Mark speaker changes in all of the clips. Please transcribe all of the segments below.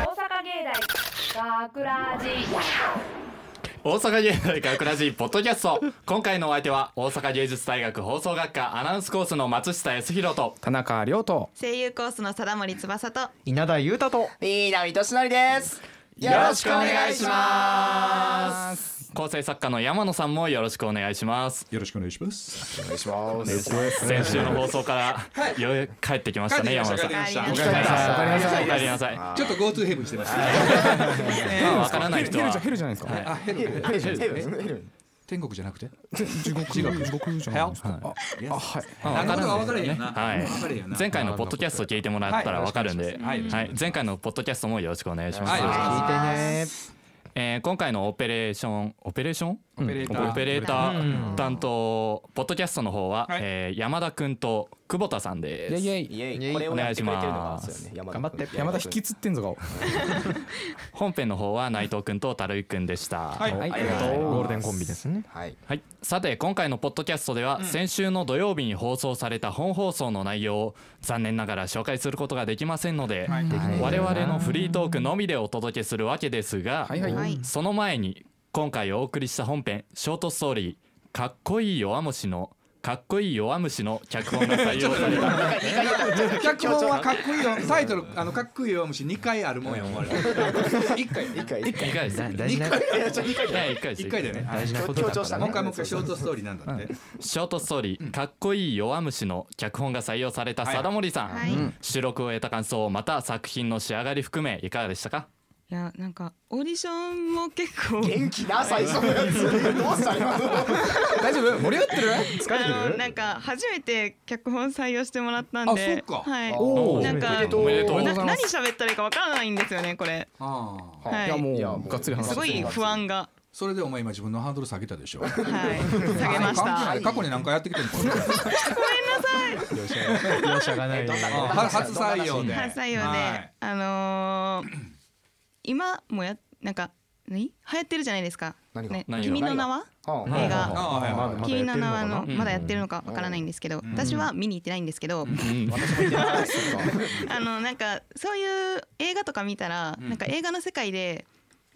Speaker 1: 大学ラジ
Speaker 2: 大阪芸大学ラジポッドキャスト今回のお相手は大阪芸術大学放送学科アナウンスコースの松下康弘と
Speaker 3: 田中亮と
Speaker 4: 声優コースの貞森翼と
Speaker 3: 稲田裕太と
Speaker 5: いいなみとしのりです。
Speaker 2: よろしくお願いします構成作家の山野さんもよろしくお願いします
Speaker 6: よろしくお願いします。
Speaker 5: お願いします。
Speaker 2: 先週の放送からようやく帰ってきましたね山野さん
Speaker 4: ました
Speaker 2: お
Speaker 4: 帰
Speaker 2: 帰りなさい
Speaker 5: お
Speaker 2: お
Speaker 5: 帰
Speaker 2: 帰りなさい
Speaker 6: ちょっと GoTo ヘブンしてます。
Speaker 2: まあわからない人は
Speaker 3: ヘルじゃないですか、
Speaker 2: はい
Speaker 6: あ、ヘブン。天国じゃなくて。地獄。地獄。
Speaker 3: じゃ
Speaker 6: は
Speaker 3: ない
Speaker 6: よ
Speaker 3: ですか。
Speaker 6: あ、はい。なかなか分からへんよな。
Speaker 2: はい
Speaker 6: 分からへんよな。
Speaker 2: 前回のポッドキャスト聞いてもらったらわかるんで、
Speaker 6: はいよろしくお
Speaker 2: は
Speaker 6: 願いします
Speaker 2: い、前回のポッドキャストもよろしくお願いします、
Speaker 6: はい
Speaker 3: 聞いてね
Speaker 2: えー今回のオペレーションオペレーション
Speaker 6: オペレーター
Speaker 2: オペレーター担当ポッドキャストの方は、
Speaker 6: はい
Speaker 2: えー山田くんと久保田さん
Speaker 3: イ
Speaker 2: で
Speaker 3: エイ
Speaker 2: す。
Speaker 3: イ
Speaker 5: イ
Speaker 3: エイ
Speaker 5: エイこれをやってくれてるのがですよね。山田
Speaker 3: 頑張って山田引きつってんぞ顔
Speaker 2: 本編の方は内藤くんとたるいくんでした。
Speaker 6: はい
Speaker 3: はい
Speaker 5: ありがとうございます
Speaker 3: ゴールデンコンビですね
Speaker 5: はい。
Speaker 2: はい、さて今回のポッドキャストでは、先週の土曜日に放送された本放送の内容を残念ながら紹介することができませんので、
Speaker 6: はい
Speaker 2: 我々のフリートークのみでお届けするわけですが、
Speaker 3: はいはい
Speaker 4: はい
Speaker 2: その前に今回お送りした本編ショートストーリー「かっこいい弱虫のかっこいい弱虫」の脚本が採用された
Speaker 6: 脚本はかっこいいよ。タイトル、あのかっこいいよ、虫二回あるもんや。もうあれ一回。
Speaker 5: 一回
Speaker 2: 一回です
Speaker 3: 大事な
Speaker 2: 一回です
Speaker 6: 一回だよね。はい
Speaker 3: 大事なこと
Speaker 5: 強調した
Speaker 6: 今回もう一回ショートストーリーなんだって。
Speaker 2: ショートストーリー「かっこいい弱虫」の脚本が採用された貞森さん、
Speaker 4: はいはい
Speaker 2: 収録を終えた感想また作品の仕上がり含めいかがでしたか
Speaker 4: いやなんかオーディションも結構
Speaker 5: 元気な最初のやつ。どうした今の。
Speaker 3: 大丈夫盛り上がってる
Speaker 4: あのなんか初めて脚本採用してもらったんで
Speaker 6: あそうか
Speaker 4: はい
Speaker 3: おー
Speaker 4: なんか
Speaker 3: おめ
Speaker 2: でとうおめでとう
Speaker 4: な何喋ったらいいかわからないんですよねこれ
Speaker 6: ああ。
Speaker 3: い
Speaker 4: はい
Speaker 3: や
Speaker 5: いや
Speaker 3: も
Speaker 5: も
Speaker 3: う
Speaker 5: う
Speaker 3: がっつり話
Speaker 4: すごい不安が
Speaker 6: それでお前今自分のハードル下げたでしょ。
Speaker 4: はい下げまし
Speaker 6: 関
Speaker 4: た
Speaker 6: 係ない過去に何回やってきてるの。
Speaker 3: 容赦がない
Speaker 5: どんな
Speaker 6: あは初採用で。
Speaker 4: 初採用で、
Speaker 6: はい
Speaker 4: あのー、今もやなんか何流行ってるじゃないですか。
Speaker 5: 何が
Speaker 4: ね、
Speaker 2: 何が
Speaker 4: 君の名は映
Speaker 5: は
Speaker 6: あ
Speaker 4: 画。
Speaker 6: あはいはい。
Speaker 4: 君の名はの
Speaker 2: うん
Speaker 4: まだやってるのかわからないんですけど、私は見に行ってないんですけど、あのなんかそういう映画とか見たら、なんか映画の世界で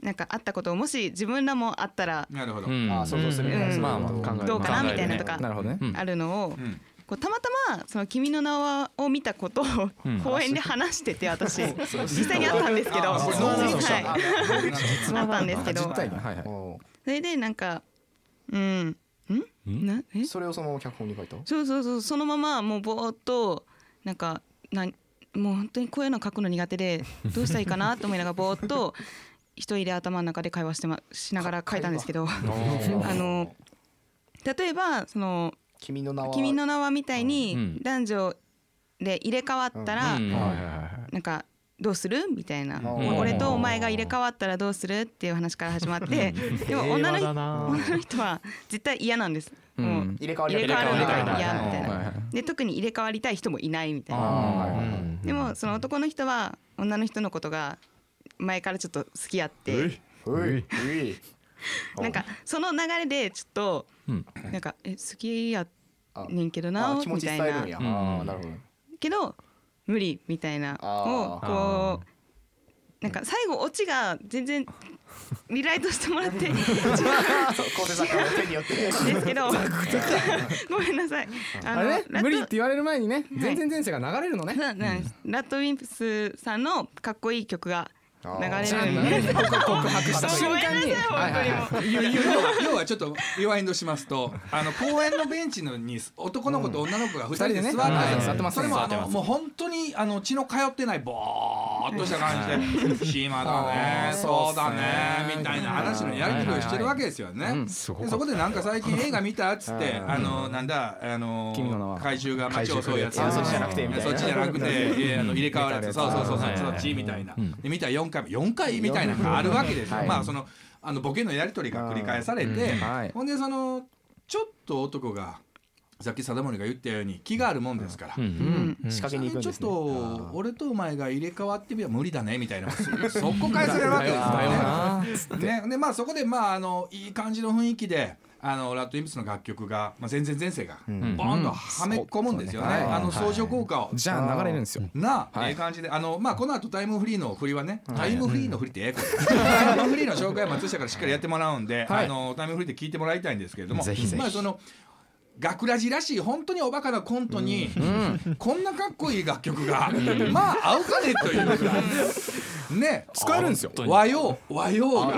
Speaker 4: なんかあったことをもし自分らもあったら
Speaker 6: なるほど。
Speaker 2: うん
Speaker 5: あ、想像する
Speaker 4: うん
Speaker 2: まあまあ
Speaker 3: 考える
Speaker 4: どうかな
Speaker 2: 考えるね
Speaker 4: みたいなとか
Speaker 3: なるほどね
Speaker 2: うん
Speaker 4: あるのを、
Speaker 6: ん
Speaker 4: こうたまたまその君の名はを見たことを
Speaker 2: ん
Speaker 4: 公園で話してて私実際にあったんですけど、
Speaker 6: あそう
Speaker 4: はい
Speaker 6: あ
Speaker 4: あったんですけど
Speaker 3: 実体験はいはい
Speaker 4: それでなんかうんんなえ
Speaker 5: それをそのまま脚本に書いた。
Speaker 4: そうそうそうそのままもうぼーっとなんかなんもう本当にこういうの書くの苦手でどうしたらいいかなと思いながらぼーっと一人で頭の中で会話して、ま、しながら書いたんですけどあの例えばその
Speaker 5: 君の名
Speaker 4: 「
Speaker 5: は。
Speaker 4: 君の名は」みたいに
Speaker 2: うん
Speaker 4: 男女で入れ替わったら、
Speaker 2: うん
Speaker 4: なんかどうするみたいな、まあ
Speaker 5: うん
Speaker 4: 俺とお前が入れ替わったらどうするっていう話から始まってでも女の人女の人は絶対嫌なんです。もう
Speaker 5: 入れ替わり
Speaker 4: 入れ替わる
Speaker 2: り
Speaker 4: の
Speaker 2: たい
Speaker 4: が嫌
Speaker 2: な
Speaker 4: みたい
Speaker 3: はいは
Speaker 4: な。で特に入れ替わりたい人もいないみたいな。
Speaker 2: あ
Speaker 4: でもその男の人は女の人のことが前からちょっと好きやって
Speaker 5: ういうい。
Speaker 4: なんかその流れでちょっと
Speaker 2: うん
Speaker 4: なんかえ好きやねんけど
Speaker 5: あ
Speaker 4: な
Speaker 5: 気持
Speaker 4: み
Speaker 5: ち
Speaker 4: た
Speaker 5: 伝
Speaker 4: い
Speaker 5: える
Speaker 4: なん
Speaker 5: や。
Speaker 2: ん
Speaker 5: ああなるほ
Speaker 4: けど無理みたいな
Speaker 5: あ
Speaker 4: をこうなんか最後オチが全然リライトしてもらって違うん
Speaker 5: ど。そう構成作家の手によって。
Speaker 4: ですけどごめんなさい。あ
Speaker 3: あ
Speaker 4: の
Speaker 3: れ
Speaker 4: ラ
Speaker 3: ね
Speaker 4: ッ
Speaker 3: 無理っ
Speaker 4: ト
Speaker 3: て言われる前にね全然前世が流れるのね
Speaker 4: そうなんですラッドウィンプスさんのかっこいい曲が流れるんで
Speaker 3: 告白した瞬間に
Speaker 4: はいはいは
Speaker 6: 要は要はちょっとリワインドしますとあの公園のベンチのに男の子と女の子が2人で座
Speaker 3: う
Speaker 6: って,、
Speaker 3: ん二人でね座ってます
Speaker 6: それもあ
Speaker 2: 座ってま
Speaker 6: の
Speaker 2: す
Speaker 6: もう本当にあの血の通ってないぼーっとした感じで「 暇だね
Speaker 3: あー
Speaker 6: そうだ
Speaker 3: そうっす
Speaker 6: ね
Speaker 3: ね」
Speaker 6: みたいな話のやり取りをしてるわけですよね。
Speaker 3: すご
Speaker 6: でそこでなんか最近映画見たっつってあのなんだあの
Speaker 3: 君の名は
Speaker 6: 怪獣が街を襲うやつ
Speaker 5: 怪獣来るやつあそっちじゃなくてみたいな
Speaker 6: そっちじゃなくてえーあの入れ替わるやつそうそうそうそうそっちみたいなで見たら4回目4回みたいなのがあるわけですよ
Speaker 5: はい
Speaker 6: まあそのあのボケのやり取りが繰り返されて
Speaker 3: はい
Speaker 6: ほんでそのちょっと男がさっき貞森が言ったように気があるもんですから
Speaker 2: う。ん
Speaker 5: 仕掛けに行くん
Speaker 6: ち
Speaker 5: で
Speaker 6: ょっ
Speaker 5: すね。
Speaker 6: と俺とお前が入れ替わってみれば無理だねみたいなそ そこ返されるわけですよね。ね、でまあそこでまああのいい感じの雰囲気であのラッドインプスの楽曲が、まあ、全然前世がボ
Speaker 2: ん
Speaker 6: ーンとはめ込むんですよね、
Speaker 3: うんそう
Speaker 6: あの相乗効果を、
Speaker 3: じゃあ流れるんですよ。
Speaker 6: なあ、
Speaker 3: はい
Speaker 6: ええ感じであの、まあ、この後タイムフリーの振りはね、タイムフリーの振りってええこ れタイムフリーの紹介は松下からしっかりやってもらうんで、
Speaker 3: はい
Speaker 6: あのタイムフリーで聞いてもらいたいんですけれども
Speaker 2: ぜひぜひ
Speaker 6: まあ、その楽ラジらしい本当におバカなコントに、こんなかっこいい楽曲が、まあ合うかねというかね
Speaker 3: 使えるんですよ。
Speaker 2: 本当に
Speaker 6: 和洋和洋が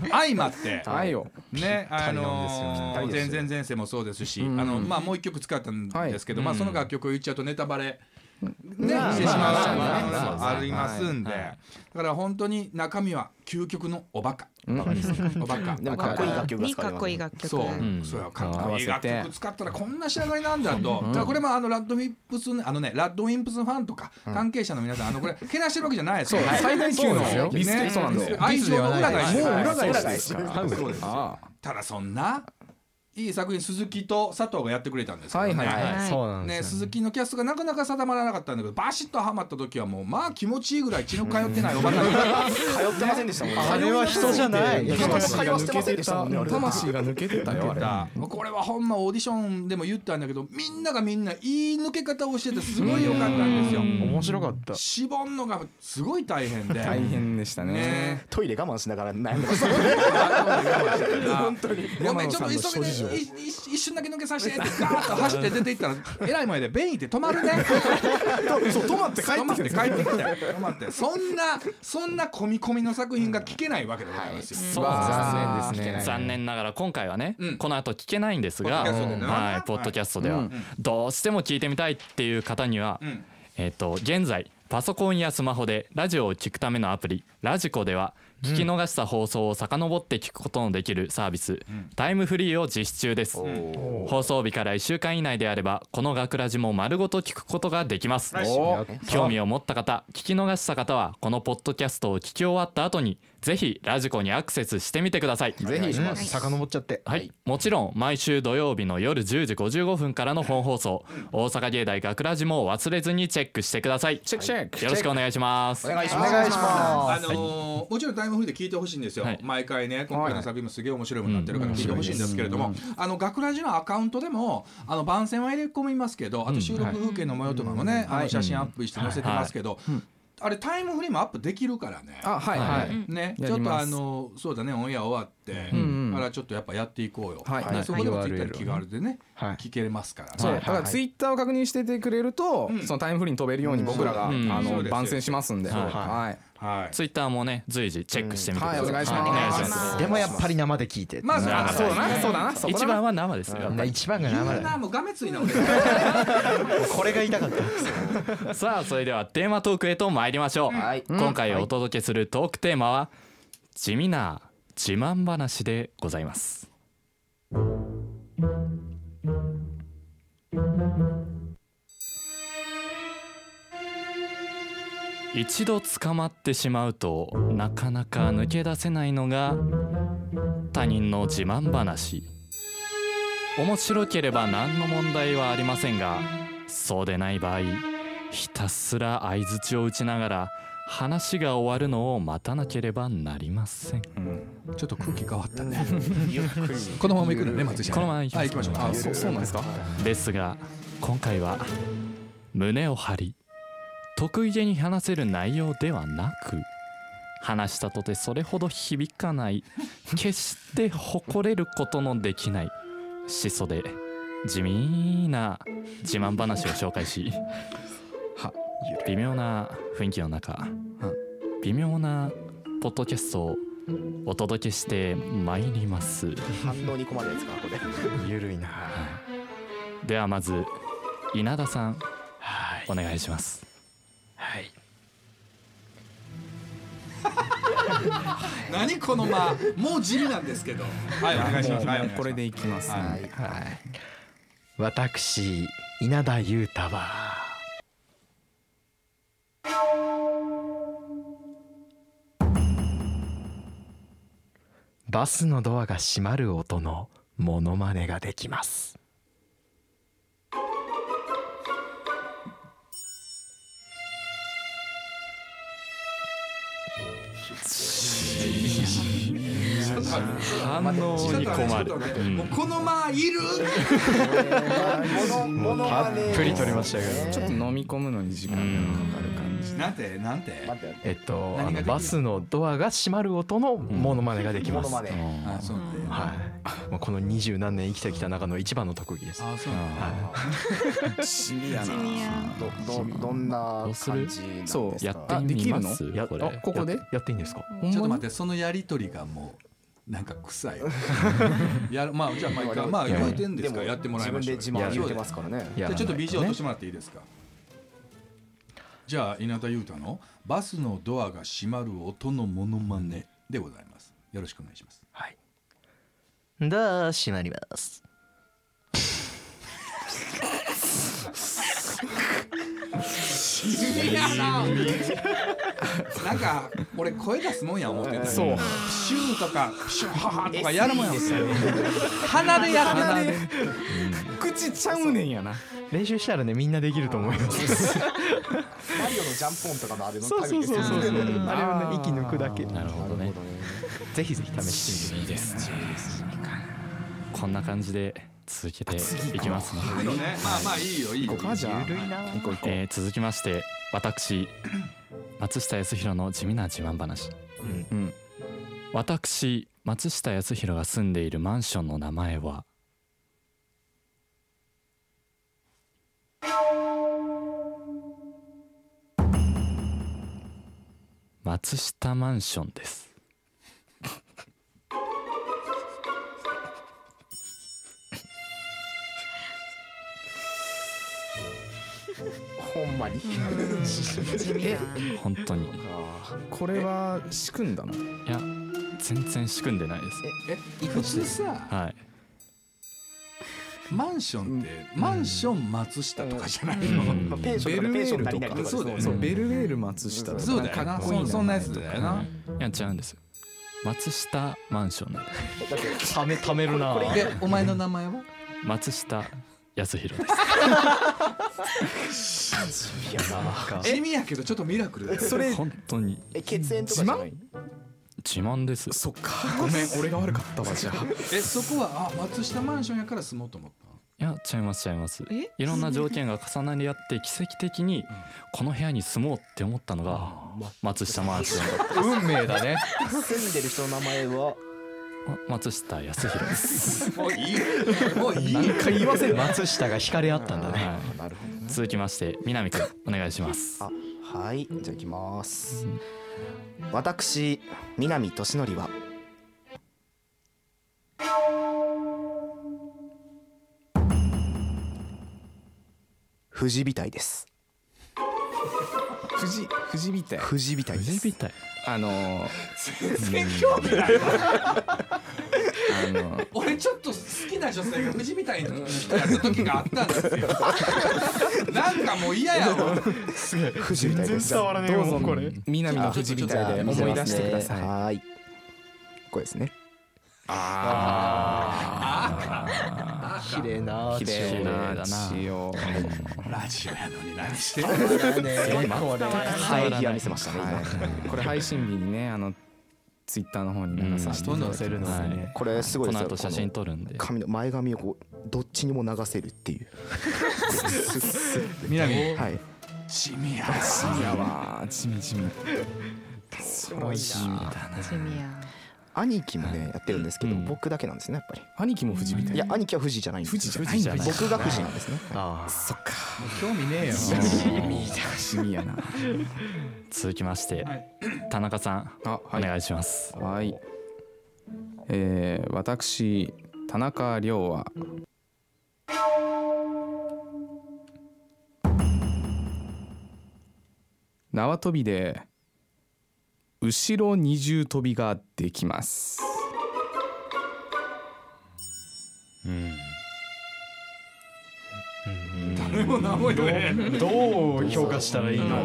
Speaker 6: 相まって。
Speaker 3: はいよ。
Speaker 6: ね、あの
Speaker 5: ぴったりなんですよぴったりで
Speaker 6: ー、
Speaker 5: すよ
Speaker 6: 全然前世もそうですし、
Speaker 3: うん
Speaker 6: あのまあもう一曲使ったんですけど、
Speaker 2: はい
Speaker 6: まあ
Speaker 2: うん
Speaker 6: その楽曲を言っちゃうとネタバレ。ね、
Speaker 3: まあ
Speaker 6: してしまう
Speaker 3: まあ
Speaker 6: のも
Speaker 2: まあ
Speaker 6: ありますんで、
Speaker 2: はい
Speaker 6: だから本当に中身は究極のおバカ、
Speaker 3: うん
Speaker 6: おバカ。
Speaker 5: でもかっこいい楽曲が
Speaker 4: に
Speaker 5: 使わ
Speaker 4: かっこい
Speaker 5: れます
Speaker 4: い
Speaker 5: ね
Speaker 4: 楽曲
Speaker 6: そう、
Speaker 2: ん
Speaker 6: そうやかっこいい
Speaker 3: 合わ
Speaker 6: 楽
Speaker 3: せて
Speaker 6: 曲使ったらこんな仕上がりなんだと、だからこれもあのラッドウィンプスねあのねラッドウィンプスファンとか関係者の皆さん、あのこ れけなしてるわけじゃないですよ
Speaker 3: 最大級の
Speaker 6: そうなんですよ
Speaker 3: リスそうなんですよ
Speaker 6: 愛情の裏返し
Speaker 3: もう裏
Speaker 5: そ
Speaker 3: 返し
Speaker 5: う裏
Speaker 3: で
Speaker 5: 返
Speaker 3: す
Speaker 5: し
Speaker 3: から。
Speaker 5: そうです
Speaker 3: あ
Speaker 6: ただそんないい作品鈴木と佐藤がやってくれたんです
Speaker 3: あ
Speaker 6: けど
Speaker 3: は
Speaker 6: ね
Speaker 3: いはい
Speaker 4: はい
Speaker 3: はい。そうなん
Speaker 6: ね、
Speaker 3: ですよ。
Speaker 6: 鈴木のキャストがなかなか定まらなかったんだけどバシッとハマった時はもうまあ気持ちいいぐらい血の通ってないおばかが
Speaker 5: 通ってませんでしたもんね
Speaker 7: あれは人じゃない
Speaker 5: 魂が
Speaker 3: 抜
Speaker 5: 抜
Speaker 3: け
Speaker 5: け
Speaker 3: て
Speaker 5: て
Speaker 3: た
Speaker 5: たもんねあれ
Speaker 3: 魂が抜けてたよあれ。
Speaker 6: これはほんまオーディションでも言ったんだけどみんながみんないい抜け方をしててすごい良かったんですよ。
Speaker 7: 面白かった
Speaker 6: 絞んのがすごい大変 で。
Speaker 3: 大変でしたね。
Speaker 6: ね
Speaker 5: トイレ我慢しながら悩んでます
Speaker 6: 本当にごめんちょっと急ぎ
Speaker 3: 山野
Speaker 6: で
Speaker 3: さんの諸事情
Speaker 6: いい一瞬だけ抜けさせてってガーッと走って出ていったらえらい前で便意って止まるね
Speaker 3: そう止まって
Speaker 6: 止まって帰ってきたよ止まってそんなそんな込み込みの作品が聞けないわけでございますよ
Speaker 2: そうなんです
Speaker 3: 残念ですね。
Speaker 2: 残念ながら今回はね、
Speaker 6: うん
Speaker 2: この後聞けないんですが、
Speaker 6: ポッドキャストでね
Speaker 2: はい、ポッドキャストでは、
Speaker 3: うん
Speaker 2: どうしても聞いてみたいっていう方には、
Speaker 6: ん
Speaker 2: えっ、と現在パソコンやスマホでラジオを聞くためのアプリラジコでは聞き逃した放送を遡って聞くことのできるサービス、タイムフリーを実施中です、放送日から1週間以内であればこの学ラジも丸ごと聞くことができます
Speaker 3: お
Speaker 2: 興味を持った方聞き逃した方はこのポッドキャストを聞き終わった後にぜひラジコにアクセスしてみてください
Speaker 5: ぜひ
Speaker 7: うん遡っちゃって
Speaker 2: はい、もちろん毎週土曜日の夜10時55分からの本放送大阪芸大学ラジも忘れずにチェックしてくださいチェック
Speaker 3: チェック
Speaker 2: よろしくお願いします
Speaker 5: お願いしま
Speaker 7: お願いしま
Speaker 6: あのーもちろんタイムフリーで聞いてほしいんですよ、
Speaker 2: はい
Speaker 6: 毎回ね今回のサビもすげえ面白いものになってるから聞いてほしいんですけれども、あの学ラジのアカウントでもあの番宣は入れ込みますけどあと収録風景の模様とかもね、あの写真アップして載せてますけど、あれタイムフリーもアップできるからね。
Speaker 3: あはいはい。
Speaker 6: ね、
Speaker 3: や
Speaker 6: ちょ
Speaker 3: り
Speaker 6: っと
Speaker 3: ます
Speaker 6: あのそうだねオンエア終わって、
Speaker 3: んうん
Speaker 6: からちょっとやっぱやっていこうよ、
Speaker 3: はい
Speaker 6: ねそこでも
Speaker 3: URL
Speaker 6: ツイッターで気軽でね、
Speaker 7: はい
Speaker 6: 聞けますからね
Speaker 3: そう
Speaker 7: は
Speaker 3: だ
Speaker 7: い
Speaker 3: からツイッターを確認しててくれると、
Speaker 6: うん
Speaker 3: そのタイムフリーに飛べるように僕らが、
Speaker 2: うん
Speaker 3: あ
Speaker 6: そう
Speaker 3: の
Speaker 6: です
Speaker 3: 番宣しますんで、
Speaker 2: そう
Speaker 3: はい、
Speaker 6: はい
Speaker 2: ツイッターもね随時チェックしてみてくださ
Speaker 3: はい、
Speaker 2: い、
Speaker 3: お願いし
Speaker 2: お願い
Speaker 3: ま
Speaker 2: し
Speaker 3: す。
Speaker 2: ます
Speaker 7: でもやっぱり生で聞いて
Speaker 6: まず
Speaker 2: あ
Speaker 6: あ
Speaker 3: そうだな、そうだな、
Speaker 2: 一番は生ですよ、やっぱり
Speaker 7: 一番が
Speaker 6: 言う
Speaker 7: 生だ
Speaker 6: なもうがめついな俺
Speaker 7: これが痛かっ た
Speaker 2: さあそれではテーマトークへと参りましょう、
Speaker 5: はい
Speaker 2: 今回お届けするトークテーマは地味な自慢話でございます一度捕まってしまうとなかなか抜け出せないのが他人の自慢話面白ければ何の問題はありませんがそうでない場合ひたすら相づちを打ちながら話が終わるのを待たなければなりません
Speaker 6: ちょっと空気変わったね。 このまま行くのね、松下。
Speaker 2: このまま行きます
Speaker 6: はい行きましょう。
Speaker 3: あ、そう、そうなんですか。
Speaker 2: ですが今回は胸を張り得意げに話せる内容ではなく話したとてそれほど響か ない決して誇れることのできない質素で地味な自慢話を紹介し
Speaker 3: は
Speaker 2: 微妙な雰囲気の中
Speaker 3: は
Speaker 2: 微妙なポッドキャストをお届けしてまいります。
Speaker 5: 反応に困るやつか これ
Speaker 7: ゆるいな
Speaker 2: ではまず稲田さんお願いします
Speaker 7: はい
Speaker 6: 何このま、もう地味なんですけど。はい、お願いします。はい、
Speaker 3: これでいきます、
Speaker 6: は
Speaker 7: 私稲田裕太はバスのドアが閉まる音のモノマネができます
Speaker 2: 反応に困る。うん
Speaker 6: もうこのまいる
Speaker 5: モノモノマネ
Speaker 7: たっぷり取りましたけ
Speaker 3: ちょっと飲み込むのに時間がかかる感じ
Speaker 6: なんてなんて
Speaker 5: 待って待って
Speaker 7: えっと
Speaker 6: 何が
Speaker 7: あ
Speaker 6: でき
Speaker 7: の
Speaker 6: る
Speaker 7: バスのドアが閉まる音のモノマネができます、
Speaker 5: モノマ
Speaker 7: はい
Speaker 5: ネ
Speaker 6: あそうなんだよ
Speaker 7: まあ、この二十何年生きてきた中の一番の特技です
Speaker 6: あそうなんだ
Speaker 3: シビア
Speaker 4: ジ
Speaker 3: な
Speaker 4: ュニア
Speaker 5: どどどんな感じなんです
Speaker 3: そう
Speaker 5: か
Speaker 2: や
Speaker 3: あ
Speaker 2: って
Speaker 3: で
Speaker 2: み
Speaker 3: きる
Speaker 2: ま
Speaker 3: の
Speaker 2: す
Speaker 7: や
Speaker 2: これ
Speaker 7: あ
Speaker 2: こ
Speaker 3: ここで
Speaker 7: やっていいんですか
Speaker 3: ほんまに
Speaker 6: ちょっと待ってそのやりとりがもうなんか臭いわやるまあじゃあ毎回まあ
Speaker 7: いや
Speaker 6: 言うてんで
Speaker 5: です
Speaker 6: か
Speaker 5: も
Speaker 6: らやってもらいましょう
Speaker 5: 自分で自慢言
Speaker 6: う
Speaker 5: うてますからね
Speaker 7: いや
Speaker 6: じゃあちょっと
Speaker 7: なんか
Speaker 6: BG 落としてもらっていいですかじゃあ稲田裕太の「バスのドアが閉まる音のモノマネ」でございますよろしくお願いします
Speaker 7: はいだー閉まります
Speaker 6: いやななんか俺声出すもんや思ってたそうシューとかシューハハとかやるもんや思ってた鼻でやってた
Speaker 3: 口ちゃうねんやな
Speaker 7: 練習したらねみんなできると思います
Speaker 5: マリオのジャンプ音とかのあれの
Speaker 7: そうそうそうそう
Speaker 5: 類ですよね
Speaker 7: あれをね息抜くだけ
Speaker 2: なるほどね。
Speaker 7: ぜひぜひ試してみて
Speaker 2: こんな感じで続けていきますね。
Speaker 6: いいよねまあまあいいよいいよ
Speaker 3: あじゃあ
Speaker 7: いな
Speaker 3: 行こう行こ
Speaker 2: えー続きまして私松下康弘の地味な自慢話、
Speaker 3: ううん
Speaker 2: 私松下康弘が住んでいるマンションの名前は松下マンションです
Speaker 5: ほんまに
Speaker 2: 本当にい
Speaker 3: これは仕組んだの
Speaker 2: や全然仕組んでないです
Speaker 6: え普通さ
Speaker 2: はい
Speaker 6: マンションってマンション松下とかじゃないの
Speaker 5: まあペンシ
Speaker 3: ベ
Speaker 5: ョンとか
Speaker 3: ル
Speaker 5: ペ
Speaker 3: メ
Speaker 5: ンショ
Speaker 3: ー
Speaker 5: ン
Speaker 3: ル
Speaker 5: なり
Speaker 3: と
Speaker 5: なり
Speaker 3: か
Speaker 5: とか
Speaker 6: そうだよね
Speaker 3: そうベルメール松下とか
Speaker 6: そうだ
Speaker 3: な
Speaker 6: よなん
Speaker 3: かっこいい
Speaker 6: そ
Speaker 3: 名前
Speaker 6: んそんなやつだよな
Speaker 2: やっちゃうんですよ松下マンションなんです
Speaker 5: だって
Speaker 7: ためためるな
Speaker 6: でお前の名前は
Speaker 2: 松下康弘です
Speaker 6: 地味やけどちょっとミラクルだよ
Speaker 3: それ
Speaker 2: 本当に
Speaker 5: え血縁とかじゃない
Speaker 2: 自慢です
Speaker 3: そっかごめん 俺が悪かったわじゃあ
Speaker 6: えそこはあ松下マンションやから住もうと思ったの
Speaker 2: いやちゃいますちゃいます
Speaker 4: え
Speaker 2: いろんな条件が重なり合って奇跡的にこの部屋に住もうって思ったのが松下マンションだっ
Speaker 7: 運命だね
Speaker 5: 住んでる人の名前は
Speaker 2: た松下康弘です、
Speaker 6: もういいよもういいよ
Speaker 7: 一回言わせる松下が惹かれ合ったんだね
Speaker 2: は
Speaker 5: なるほど
Speaker 2: い、続きまして南くんお願いします
Speaker 5: あはいじゃあ行きます私南俊則は富士美体です
Speaker 3: 富士富士みたい
Speaker 5: 富士美体で
Speaker 2: 藤
Speaker 5: す
Speaker 2: みたい
Speaker 3: あのーあのー
Speaker 6: 俺ちょっと好きな女性が藤みたいな人やった時があったんです よなんかもう嫌やわ
Speaker 5: 富士美体です
Speaker 7: ら
Speaker 3: どうぞ南の富士みたいで思い出してください
Speaker 5: はーいこれですね
Speaker 7: 綺麗な
Speaker 3: 綺麗な
Speaker 2: だな
Speaker 3: 血を
Speaker 6: ラジオやのに何して
Speaker 5: はいギア見せましたね
Speaker 3: はいこれ配信日にねあのツイッターの方に流させていただきます
Speaker 7: うん
Speaker 3: は
Speaker 2: はいい、
Speaker 5: これすごい
Speaker 2: こ
Speaker 5: です
Speaker 2: の
Speaker 5: よ
Speaker 2: 後写真撮るんで
Speaker 5: 髪の前髪をこうどっちにも流せるっていうスッスッ
Speaker 6: 南
Speaker 5: はい
Speaker 6: 地味や
Speaker 3: 地味やわ地味地味地味だ
Speaker 4: ジュニア
Speaker 5: 兄貴もねやってるんですけど、
Speaker 2: うん
Speaker 5: 僕だけなんですねやっぱり
Speaker 3: 兄貴も富士みたい
Speaker 5: いや兄貴は富士じゃないんです
Speaker 3: 富士じゃないんだ
Speaker 5: 僕が富士なんですね
Speaker 7: あー
Speaker 3: そっか
Speaker 6: 興味ねえよ
Speaker 3: 地味やな
Speaker 2: 続きまして
Speaker 6: はい
Speaker 2: 田中さん
Speaker 3: あ
Speaker 2: お
Speaker 3: はい
Speaker 2: 願いします、
Speaker 3: はいえー私田中亮は縄跳びで後ろ二重跳びができます
Speaker 6: 誰も名も言え
Speaker 7: どう評価したらいいの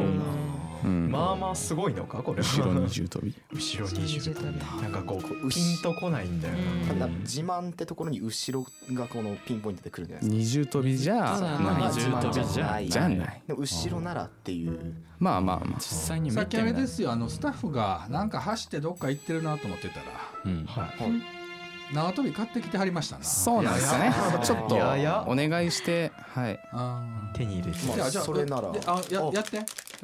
Speaker 3: うん
Speaker 7: まあまあすごいのかこれ
Speaker 3: 後ろ
Speaker 7: は
Speaker 3: 二重跳び
Speaker 7: 後ろ
Speaker 4: 二重
Speaker 7: 20
Speaker 4: 跳び
Speaker 7: なんかこうピンとこないんだよな
Speaker 5: ただ自慢ってところに後ろがこのピンポイントで来るんじゃないですか
Speaker 3: 二重跳びじゃ
Speaker 2: ただの
Speaker 3: な
Speaker 2: 二重
Speaker 3: い
Speaker 5: まあ
Speaker 2: 跳びじゃ
Speaker 5: まあ
Speaker 3: じゃない
Speaker 5: でも後ろならっていう
Speaker 3: まあまあまあ
Speaker 2: 実際に見
Speaker 6: さ
Speaker 2: て
Speaker 6: っ
Speaker 2: み
Speaker 6: き
Speaker 2: な
Speaker 6: あ
Speaker 2: い
Speaker 6: れですよあのスタッフがなんか走ってどっか行ってるなと思ってたら
Speaker 2: うん
Speaker 6: 縄跳び買ってきてはりましたな
Speaker 3: そうなんですよねちょっと
Speaker 7: いやいや
Speaker 3: お願いしてはい
Speaker 6: あ
Speaker 7: 手に入れて
Speaker 6: ーじゃあじゃあ
Speaker 5: それなら
Speaker 6: であややって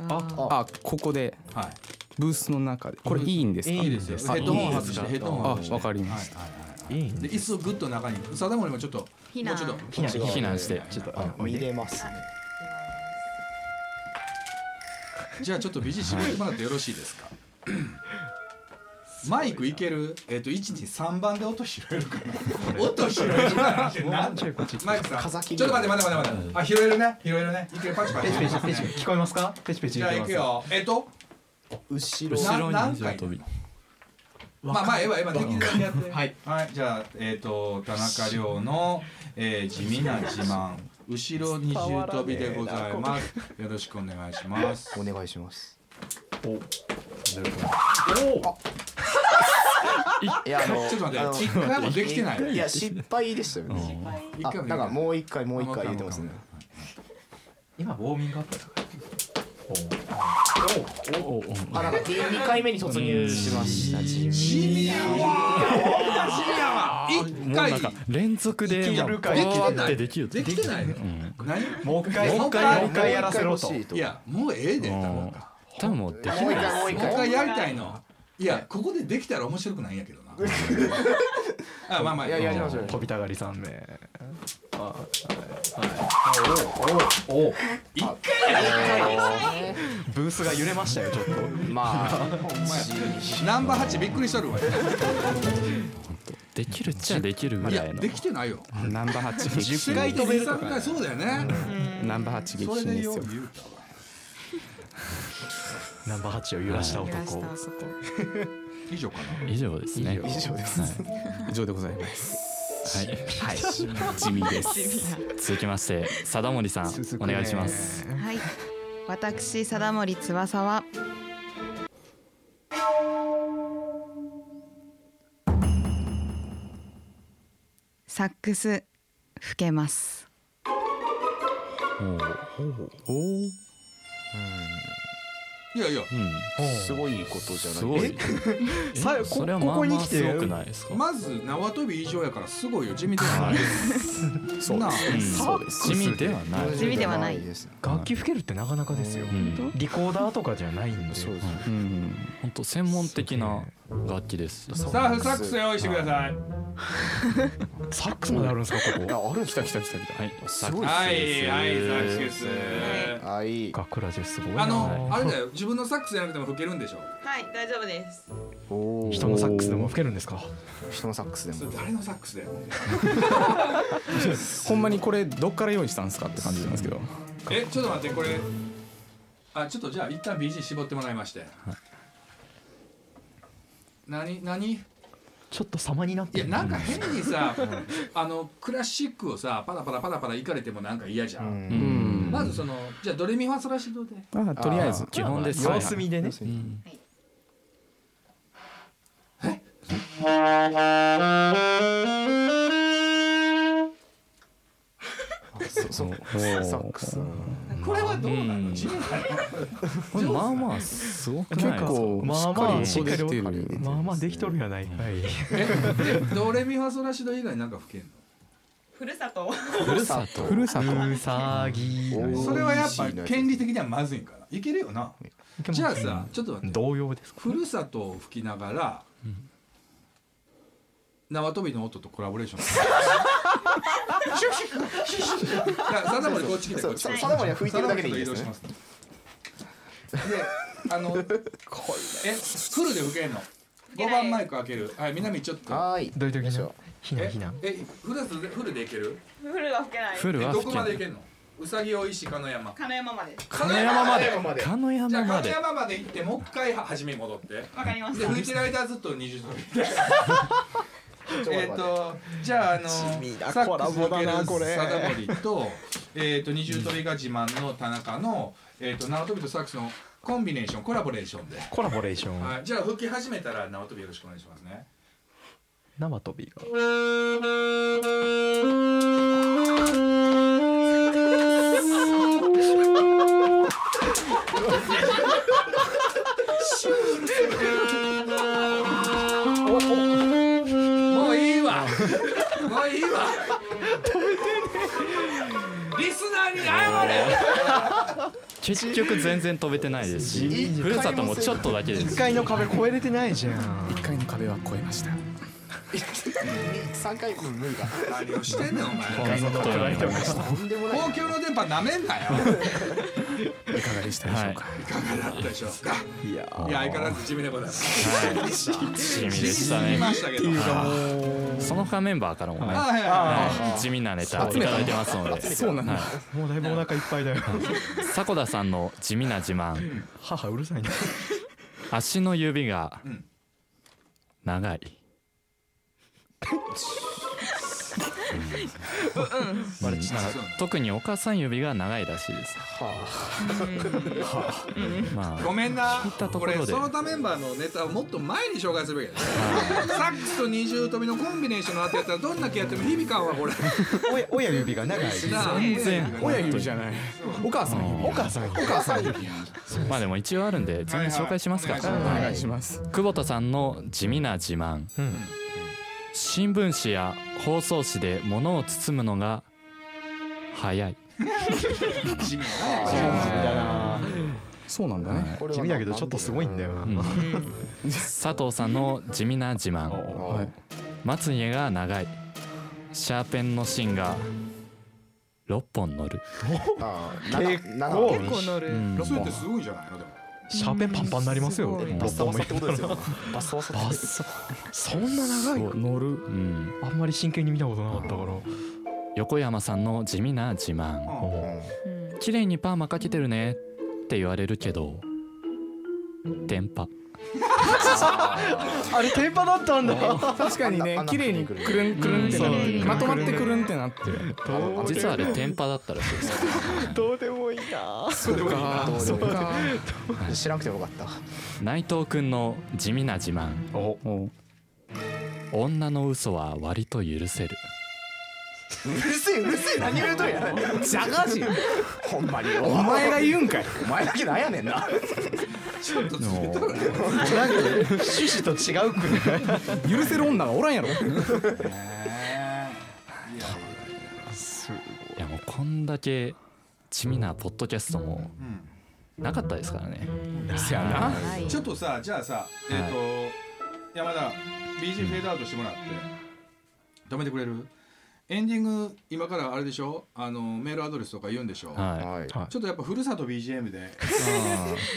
Speaker 4: あ
Speaker 3: あここで
Speaker 6: は
Speaker 3: ブースの中でこれいいんです
Speaker 6: い
Speaker 3: か
Speaker 6: いいですよ
Speaker 3: あ
Speaker 6: ヘッドホン外して
Speaker 3: いい
Speaker 6: ヘ
Speaker 3: です
Speaker 6: ッドホン
Speaker 3: あ
Speaker 6: 外して
Speaker 3: わかりました
Speaker 6: はいはいはい
Speaker 7: いいん
Speaker 6: で
Speaker 7: で
Speaker 6: 椅子をぐっと中に貞森もちょっと
Speaker 4: 避難
Speaker 6: もうちょっ
Speaker 5: 避難
Speaker 2: 避難して
Speaker 6: ちょっと
Speaker 5: あ見れますね
Speaker 6: じゃあちょっと美人絞ってもらってよろしいですかマイクいけるえっ、と123番で音拾えるかな音拾えるかななんだマイクさん
Speaker 5: 風切り
Speaker 6: ちょっと待って待って待って待ってあ拾えるね拾えるねいけるパチパチ
Speaker 7: ペチペチ聞こえますかペチペチ
Speaker 6: じゃあいくよえっ、と
Speaker 5: 後ろ
Speaker 2: 後ろに
Speaker 6: 何
Speaker 2: 二重
Speaker 6: 回
Speaker 2: 跳び
Speaker 6: まあまあええわええわできるだけやってはい、じゃあえっ、と田中亮の、えー地味な自慢後ろ二重跳びでございますよろしくお願いします
Speaker 5: お願いしますおいやあの
Speaker 6: ちょっと待
Speaker 5: あ
Speaker 6: って
Speaker 5: の
Speaker 6: 一回もできてない
Speaker 5: いや失敗でしたよね
Speaker 6: 一
Speaker 5: あ
Speaker 6: 回もでき
Speaker 5: だ
Speaker 6: てない
Speaker 5: からもう一回もう一回言ってますね
Speaker 7: 今ウォーミングアップだ
Speaker 5: あなんか二回目に突入しました地味
Speaker 6: 地味やわ地味やわ
Speaker 2: もう
Speaker 6: 一
Speaker 2: な
Speaker 6: 回
Speaker 2: んか連続で
Speaker 7: いけるか
Speaker 2: こう
Speaker 7: い
Speaker 2: やってできる
Speaker 6: できてないの何
Speaker 7: もう一回
Speaker 6: も
Speaker 7: も
Speaker 6: う
Speaker 7: う
Speaker 6: 一
Speaker 7: 一
Speaker 6: 回
Speaker 7: 回もう一回やらせろと
Speaker 5: もう一回欲しい
Speaker 6: いやもうええで多分
Speaker 2: うん
Speaker 6: も
Speaker 2: 多分もうでき
Speaker 5: もう
Speaker 2: ない
Speaker 5: 一回もう
Speaker 6: う
Speaker 5: 一
Speaker 6: 一
Speaker 5: 回
Speaker 6: 回やりたいのいやここでできたら面白くないんやけど なあまあまあ
Speaker 5: いやいやりましょう
Speaker 7: 飛びたがり3名
Speaker 5: 一回
Speaker 7: ブースが揺れましたよちょっと
Speaker 5: まあ
Speaker 6: ナンバー八びっくりしとるわい
Speaker 2: できるっちゃできるぐら
Speaker 6: や
Speaker 2: いの
Speaker 6: できてないよ
Speaker 3: ナンバー 八激
Speaker 6: 10回飛べる回そうだよね
Speaker 3: ナンバー八激
Speaker 6: それ
Speaker 3: 震
Speaker 6: で
Speaker 3: です
Speaker 6: よ
Speaker 3: よ
Speaker 6: う言うたわ
Speaker 7: ナンバー8を揺らした
Speaker 4: 揺らし
Speaker 7: 男
Speaker 4: たあそこ
Speaker 6: 以上かな
Speaker 2: 以上ですね
Speaker 7: 以上
Speaker 2: です
Speaker 3: 以上でございます
Speaker 2: はい、はい、
Speaker 3: 地味です
Speaker 2: 続きまして貞森さんお願いします
Speaker 4: はい私貞森翼はサックス吹けます
Speaker 2: おう
Speaker 6: いやいや
Speaker 2: うん
Speaker 5: すごいことじゃない
Speaker 2: すごいえ
Speaker 7: さこ
Speaker 2: それはまあ
Speaker 7: ここ
Speaker 2: ま
Speaker 7: に
Speaker 2: あ
Speaker 7: 来て
Speaker 2: すごくないですか
Speaker 6: まず縄跳び以上やからすごいよ地味ではないそうなあ
Speaker 2: うん
Speaker 7: サークス
Speaker 2: 地味ではない
Speaker 4: 地味ではない
Speaker 5: です
Speaker 7: 楽器吹けるってなかなかですよ
Speaker 2: うん
Speaker 7: リコーダーとかじゃないんで
Speaker 5: そうです
Speaker 3: うん
Speaker 2: 本当専門的な楽器です
Speaker 6: サーフサックス用意してください
Speaker 7: サックスまであるんですかここ
Speaker 5: あある来た来た来た来
Speaker 2: はい
Speaker 5: すごい
Speaker 6: は
Speaker 2: サックス
Speaker 6: い
Speaker 2: です
Speaker 6: はいサックス
Speaker 5: たはい
Speaker 7: ガクラジすごいな
Speaker 6: あのあれだよ自分のサックスじゃなくても吹けるんでしょ
Speaker 4: はい大丈夫です
Speaker 5: おー
Speaker 7: 人のサックスでも吹けるんですか
Speaker 5: 人のサックスで
Speaker 6: そ
Speaker 5: も
Speaker 6: れ誰のサックスだよ
Speaker 3: ほんまにこれどっから用意したんですかって感じなんですけど
Speaker 6: えちょっと待ってこれあちょっとじゃあ一旦 BG 絞ってもらいまして何何い
Speaker 7: ちょっと様になって
Speaker 6: や
Speaker 7: る
Speaker 6: なんか変にさあのクラシックをさパラパラパラパラいかれてもなんか嫌じゃ
Speaker 5: うん
Speaker 2: うんん
Speaker 6: まずそのじゃあドレミファソラシドで
Speaker 3: あとりあえず
Speaker 2: 基本です
Speaker 7: 様子見でね
Speaker 2: うん
Speaker 5: そそうサックス
Speaker 6: これはどうな
Speaker 2: う
Speaker 6: の
Speaker 2: ん
Speaker 6: 地面だよ
Speaker 2: これまあまあすごくないです
Speaker 3: 結
Speaker 2: か
Speaker 3: 構
Speaker 7: ま
Speaker 3: し
Speaker 7: あ
Speaker 3: っ
Speaker 7: まあ
Speaker 3: かり音出てる
Speaker 7: まあまあできとるやないかい
Speaker 6: え でドレミファソラシド以外なんか吹けん
Speaker 4: ふるさと
Speaker 2: ふるさと
Speaker 3: ふるさと
Speaker 7: うさぎ
Speaker 5: お
Speaker 6: の
Speaker 5: ー
Speaker 6: それはやっぱ権利的にはまずいんからいけるよなじゃあさちょっと待って
Speaker 7: 同様ですか
Speaker 6: ふるさとを吹きながら、縄跳びの音とコラボレーションシュッシュッシュッシュッだから貞森こっち来てこっち来
Speaker 5: そう
Speaker 6: て
Speaker 5: 貞森は吹いてるだけでいいですね
Speaker 6: 貞森と移動しますであのえフルで吹けんの5番マイク開けるはい南ちょっと
Speaker 5: はーい
Speaker 7: どういう時
Speaker 5: よいし
Speaker 7: に
Speaker 5: ょ
Speaker 7: 避難
Speaker 6: え
Speaker 7: 避
Speaker 6: え
Speaker 7: 難
Speaker 6: フルでフルでいける
Speaker 4: ふるは吹けない
Speaker 2: フル
Speaker 6: え
Speaker 2: は
Speaker 6: どこまで
Speaker 2: 吹
Speaker 6: いけんのうさぎおいし鹿の山
Speaker 4: 金山まで
Speaker 6: 鹿の山まで
Speaker 2: けかの
Speaker 6: じ
Speaker 2: 山
Speaker 6: ゃ
Speaker 2: ま
Speaker 6: あ鹿の
Speaker 2: で
Speaker 6: 山まで行ってもう一回端に戻って
Speaker 4: わかりま
Speaker 6: で吹いてる間はずっと二重跳びえっ
Speaker 5: ちょっ
Speaker 6: とじゃああのサ
Speaker 7: 味な
Speaker 6: ックスを受ける
Speaker 7: コラボだなこれ
Speaker 6: 貞森とえっと二重跳びが自慢の田中のえっと縄跳びとサックスのコンビネーションコラボレーションで、
Speaker 7: コラボレーション
Speaker 6: はい、じゃあ復帰始めたら縄跳びよろしくお願いしますね
Speaker 7: 生飛びが
Speaker 6: もういいわもういいわ止めてねリスナーに謝れ
Speaker 2: 結局全然飛べてないですしふるさともちょっとだけです
Speaker 7: 1階の壁越えれてないじゃん
Speaker 3: 一回の壁は越えました
Speaker 5: 三回分無理だ。
Speaker 6: 何をしてんねんお前
Speaker 2: 本当に
Speaker 5: とんでもない。
Speaker 6: 公共の電波なめんなよ
Speaker 3: いかがでしたでしょうか、
Speaker 6: いかがだったでしょうか
Speaker 7: いや
Speaker 6: いや相変わらず地味でございます
Speaker 2: 地味でした
Speaker 6: 言いま
Speaker 2: ね
Speaker 6: したけど
Speaker 2: その他メンバーからもね、
Speaker 6: はいはい
Speaker 2: はい、地味なネタをいただいてますので
Speaker 3: そうなんだ、
Speaker 2: はい
Speaker 7: もうだいぶお腹いっぱいだよ
Speaker 2: 迫田さんの地味な自慢
Speaker 7: 母うるさいな
Speaker 2: 足の指が
Speaker 6: うん
Speaker 2: 長い、
Speaker 7: バレちゃっ
Speaker 6: そう
Speaker 2: 特にお母さん指が長いらしいです、ま
Speaker 6: ごめんな
Speaker 2: 聞いたとこ
Speaker 6: こ
Speaker 2: ろで
Speaker 6: れその他メンバーのネタをもっと前に紹介するべきだねサックスと二重跳びのコンビネーションの後やったらどんな気やっても響かんわこれ
Speaker 7: た親親指が長い
Speaker 6: なあ
Speaker 2: 全然
Speaker 3: 親指じゃないお母さん指
Speaker 7: お母さんお
Speaker 3: お母さん指
Speaker 2: あ まあでも一応あるんで全然紹介しますか、
Speaker 6: はいはいお
Speaker 3: お願いします
Speaker 2: 久保田さんの地味な自慢、
Speaker 7: うん
Speaker 2: 新聞紙や放送紙で物を包むのが早い
Speaker 6: 地味
Speaker 3: そうなんだね、
Speaker 7: 地味だけどちょっとすごいんだよな、
Speaker 2: ん佐藤さんの地味な自慢
Speaker 3: はい、
Speaker 2: まつげが長いシャーペンの芯が6本乗る、
Speaker 5: あー
Speaker 7: 結構
Speaker 5: 長い
Speaker 4: 結構乗る、
Speaker 2: うん
Speaker 6: なそうやってすごいじゃないのでも
Speaker 7: シャーペンパンパンになりますよ
Speaker 4: すごい
Speaker 7: 六本もいったら
Speaker 5: バスバス
Speaker 7: バッサそんな長い
Speaker 2: そう
Speaker 3: 乗る
Speaker 2: うん、
Speaker 7: あんまり真剣に見たことなかったから
Speaker 2: 横山さんの地味な自慢
Speaker 6: うん
Speaker 4: うん
Speaker 2: 綺麗にパーマかけてるねって言われるけど電波
Speaker 7: あれテンパだったんだ
Speaker 3: 確かにね綺麗にくるんくるんってなってまとまってくるんってなって
Speaker 7: どう
Speaker 2: 実はあれ電波だったらしいです
Speaker 7: どうでもいいな
Speaker 3: そうかそうか
Speaker 5: 知らなくてもよかった。
Speaker 2: 内藤くんの地味な自慢
Speaker 7: お
Speaker 3: お
Speaker 2: 女の嘘は割と許せる
Speaker 5: うるせえうるせえ何を言うとんや。
Speaker 3: じゃがじ
Speaker 5: ほんまによ。
Speaker 3: お前が言うんかい
Speaker 5: お前だけなんやねんな。
Speaker 6: ちょっとずれとるね
Speaker 7: なんか趣旨と違うくない
Speaker 3: 許せる女がおらんやろ
Speaker 6: いや
Speaker 2: いやもうこんだけ地味なポッドキャストも
Speaker 6: うん
Speaker 2: なかったですからね
Speaker 3: せやな
Speaker 4: はい
Speaker 6: ちょっとさじゃあさえっ、と、山田 BG フェードアウトしてもらって、止めてくれるエンディング今からあれでしょあのメールアドレスとか言うんでしょ、
Speaker 2: はい
Speaker 5: はい。
Speaker 6: ちょっとやっぱふるさと BGM で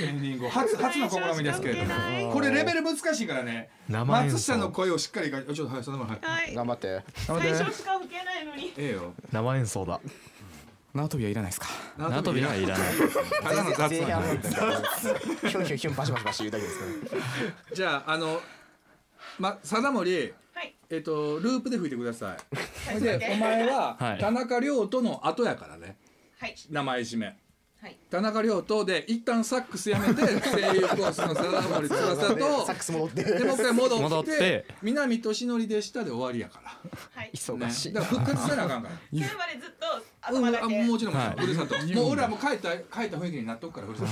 Speaker 6: エンディングを初初の試みですけれどもこれレベル難しいからね
Speaker 7: 生演
Speaker 6: 松下の
Speaker 7: 奏
Speaker 6: 声をしっかりがちょっとはいそのままはい
Speaker 4: はい
Speaker 5: 頑張って。
Speaker 4: 最初しか受けないのに
Speaker 6: ええよ
Speaker 7: 生演奏だ
Speaker 3: 縄跳びはいらないですか
Speaker 2: 縄跳びはいらない
Speaker 6: ただの雑
Speaker 5: 前
Speaker 6: な
Speaker 5: 半はヒュンヒュンヒュンバシバシバシ言うだけですから。
Speaker 6: じゃああのま貞森
Speaker 4: はい
Speaker 6: えっとループで吹いてくださいでお前
Speaker 2: は
Speaker 6: はい田中亮との後やからね
Speaker 4: はい
Speaker 6: 名前締め
Speaker 4: はい
Speaker 6: 田中亮とで一旦サックスやめて声優コースの貞森翼と
Speaker 5: サックス戻って。
Speaker 6: でもう一回戻って
Speaker 2: 戻って
Speaker 6: 南俊則でしたで終わりやから
Speaker 4: はい
Speaker 6: ねだから復活せなあか んから
Speaker 4: 最後までずっと
Speaker 6: うん、あもちろん、
Speaker 2: はい
Speaker 6: ふるさともう俺らもう帰った帰った雰囲気になっとくからふるさ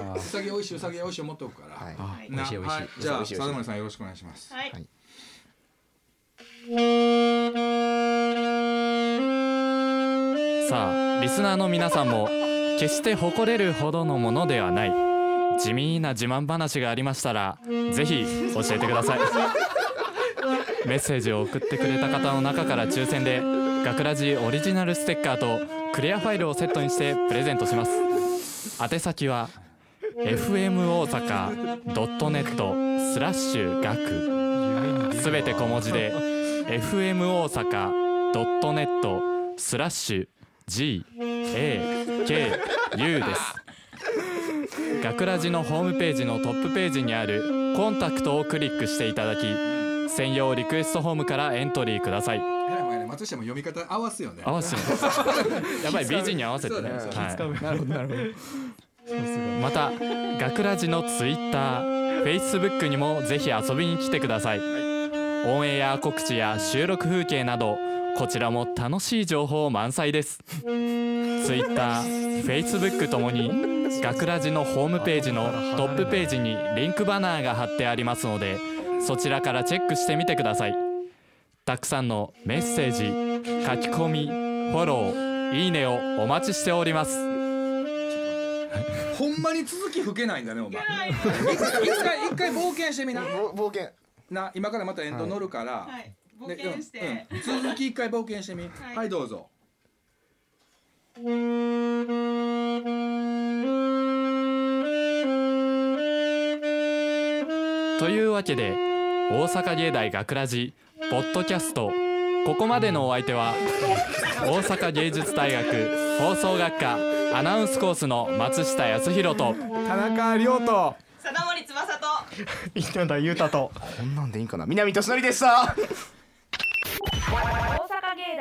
Speaker 6: とうさぎおいしいうさぎおいしい思っとくから、
Speaker 5: はい。
Speaker 4: はい
Speaker 6: な
Speaker 7: 美味しい美味しい
Speaker 6: はじゃあ
Speaker 5: 美味しい美味しい
Speaker 6: 貞森さんよろしくお願いします
Speaker 4: はい
Speaker 5: はい
Speaker 2: さあリスナーの皆さんも決して誇れるほどのものではない地味な自慢話がありましたらぜひ教えてくださいメッセージを送ってくれた方の中から抽選で学ラジオリジナルステッカーとクリアファイルをセットにしてプレゼントします宛先は fm 大阪 .net スラッシュ学すべて小文字で FM 大阪 .net スラッシュ G A K U です学ラジのホームページのトップページにあるコンタクトをクリックしていただき専用リクエストフォームからエントリーください
Speaker 6: えらい前ね松下も読み方合わすよね
Speaker 2: 合わせてますやっぱり BG に合わせてね
Speaker 6: そうだね
Speaker 2: は い
Speaker 3: なるほどなるほど
Speaker 2: また学ラジのツイッターフェイスブックにもぜひ遊びに来てくださいオンエア告知や収録風景などこちらも楽しい情報満載ですツイッターフェイスブックともに学ラジのホームページのトップページにリンクバナーが貼ってありますのでそちらからチェックしてみてくださいたくさんのメッセージ書き込みフォローいいねをお待ちしております
Speaker 6: ほんまに続き吹けないんだねお前一回一回一回冒険してみな
Speaker 5: 冒険
Speaker 6: な今からまたエンド乗るから、
Speaker 4: はい冒
Speaker 6: ね
Speaker 4: 険して、
Speaker 6: うんうん続き一回冒険してみは、
Speaker 4: はいい
Speaker 6: どうぞ
Speaker 2: というわけで大阪芸大学ラジポッドキャストここまでのお相手は大阪芸術大学放送学科アナウンスコースの松下康弘と
Speaker 3: 田中亮と
Speaker 4: 貞森翼と
Speaker 7: 稲田裕太と
Speaker 5: こんなんでいいんかな南俊則でした
Speaker 1: 大阪芸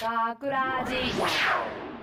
Speaker 1: 大がくらじ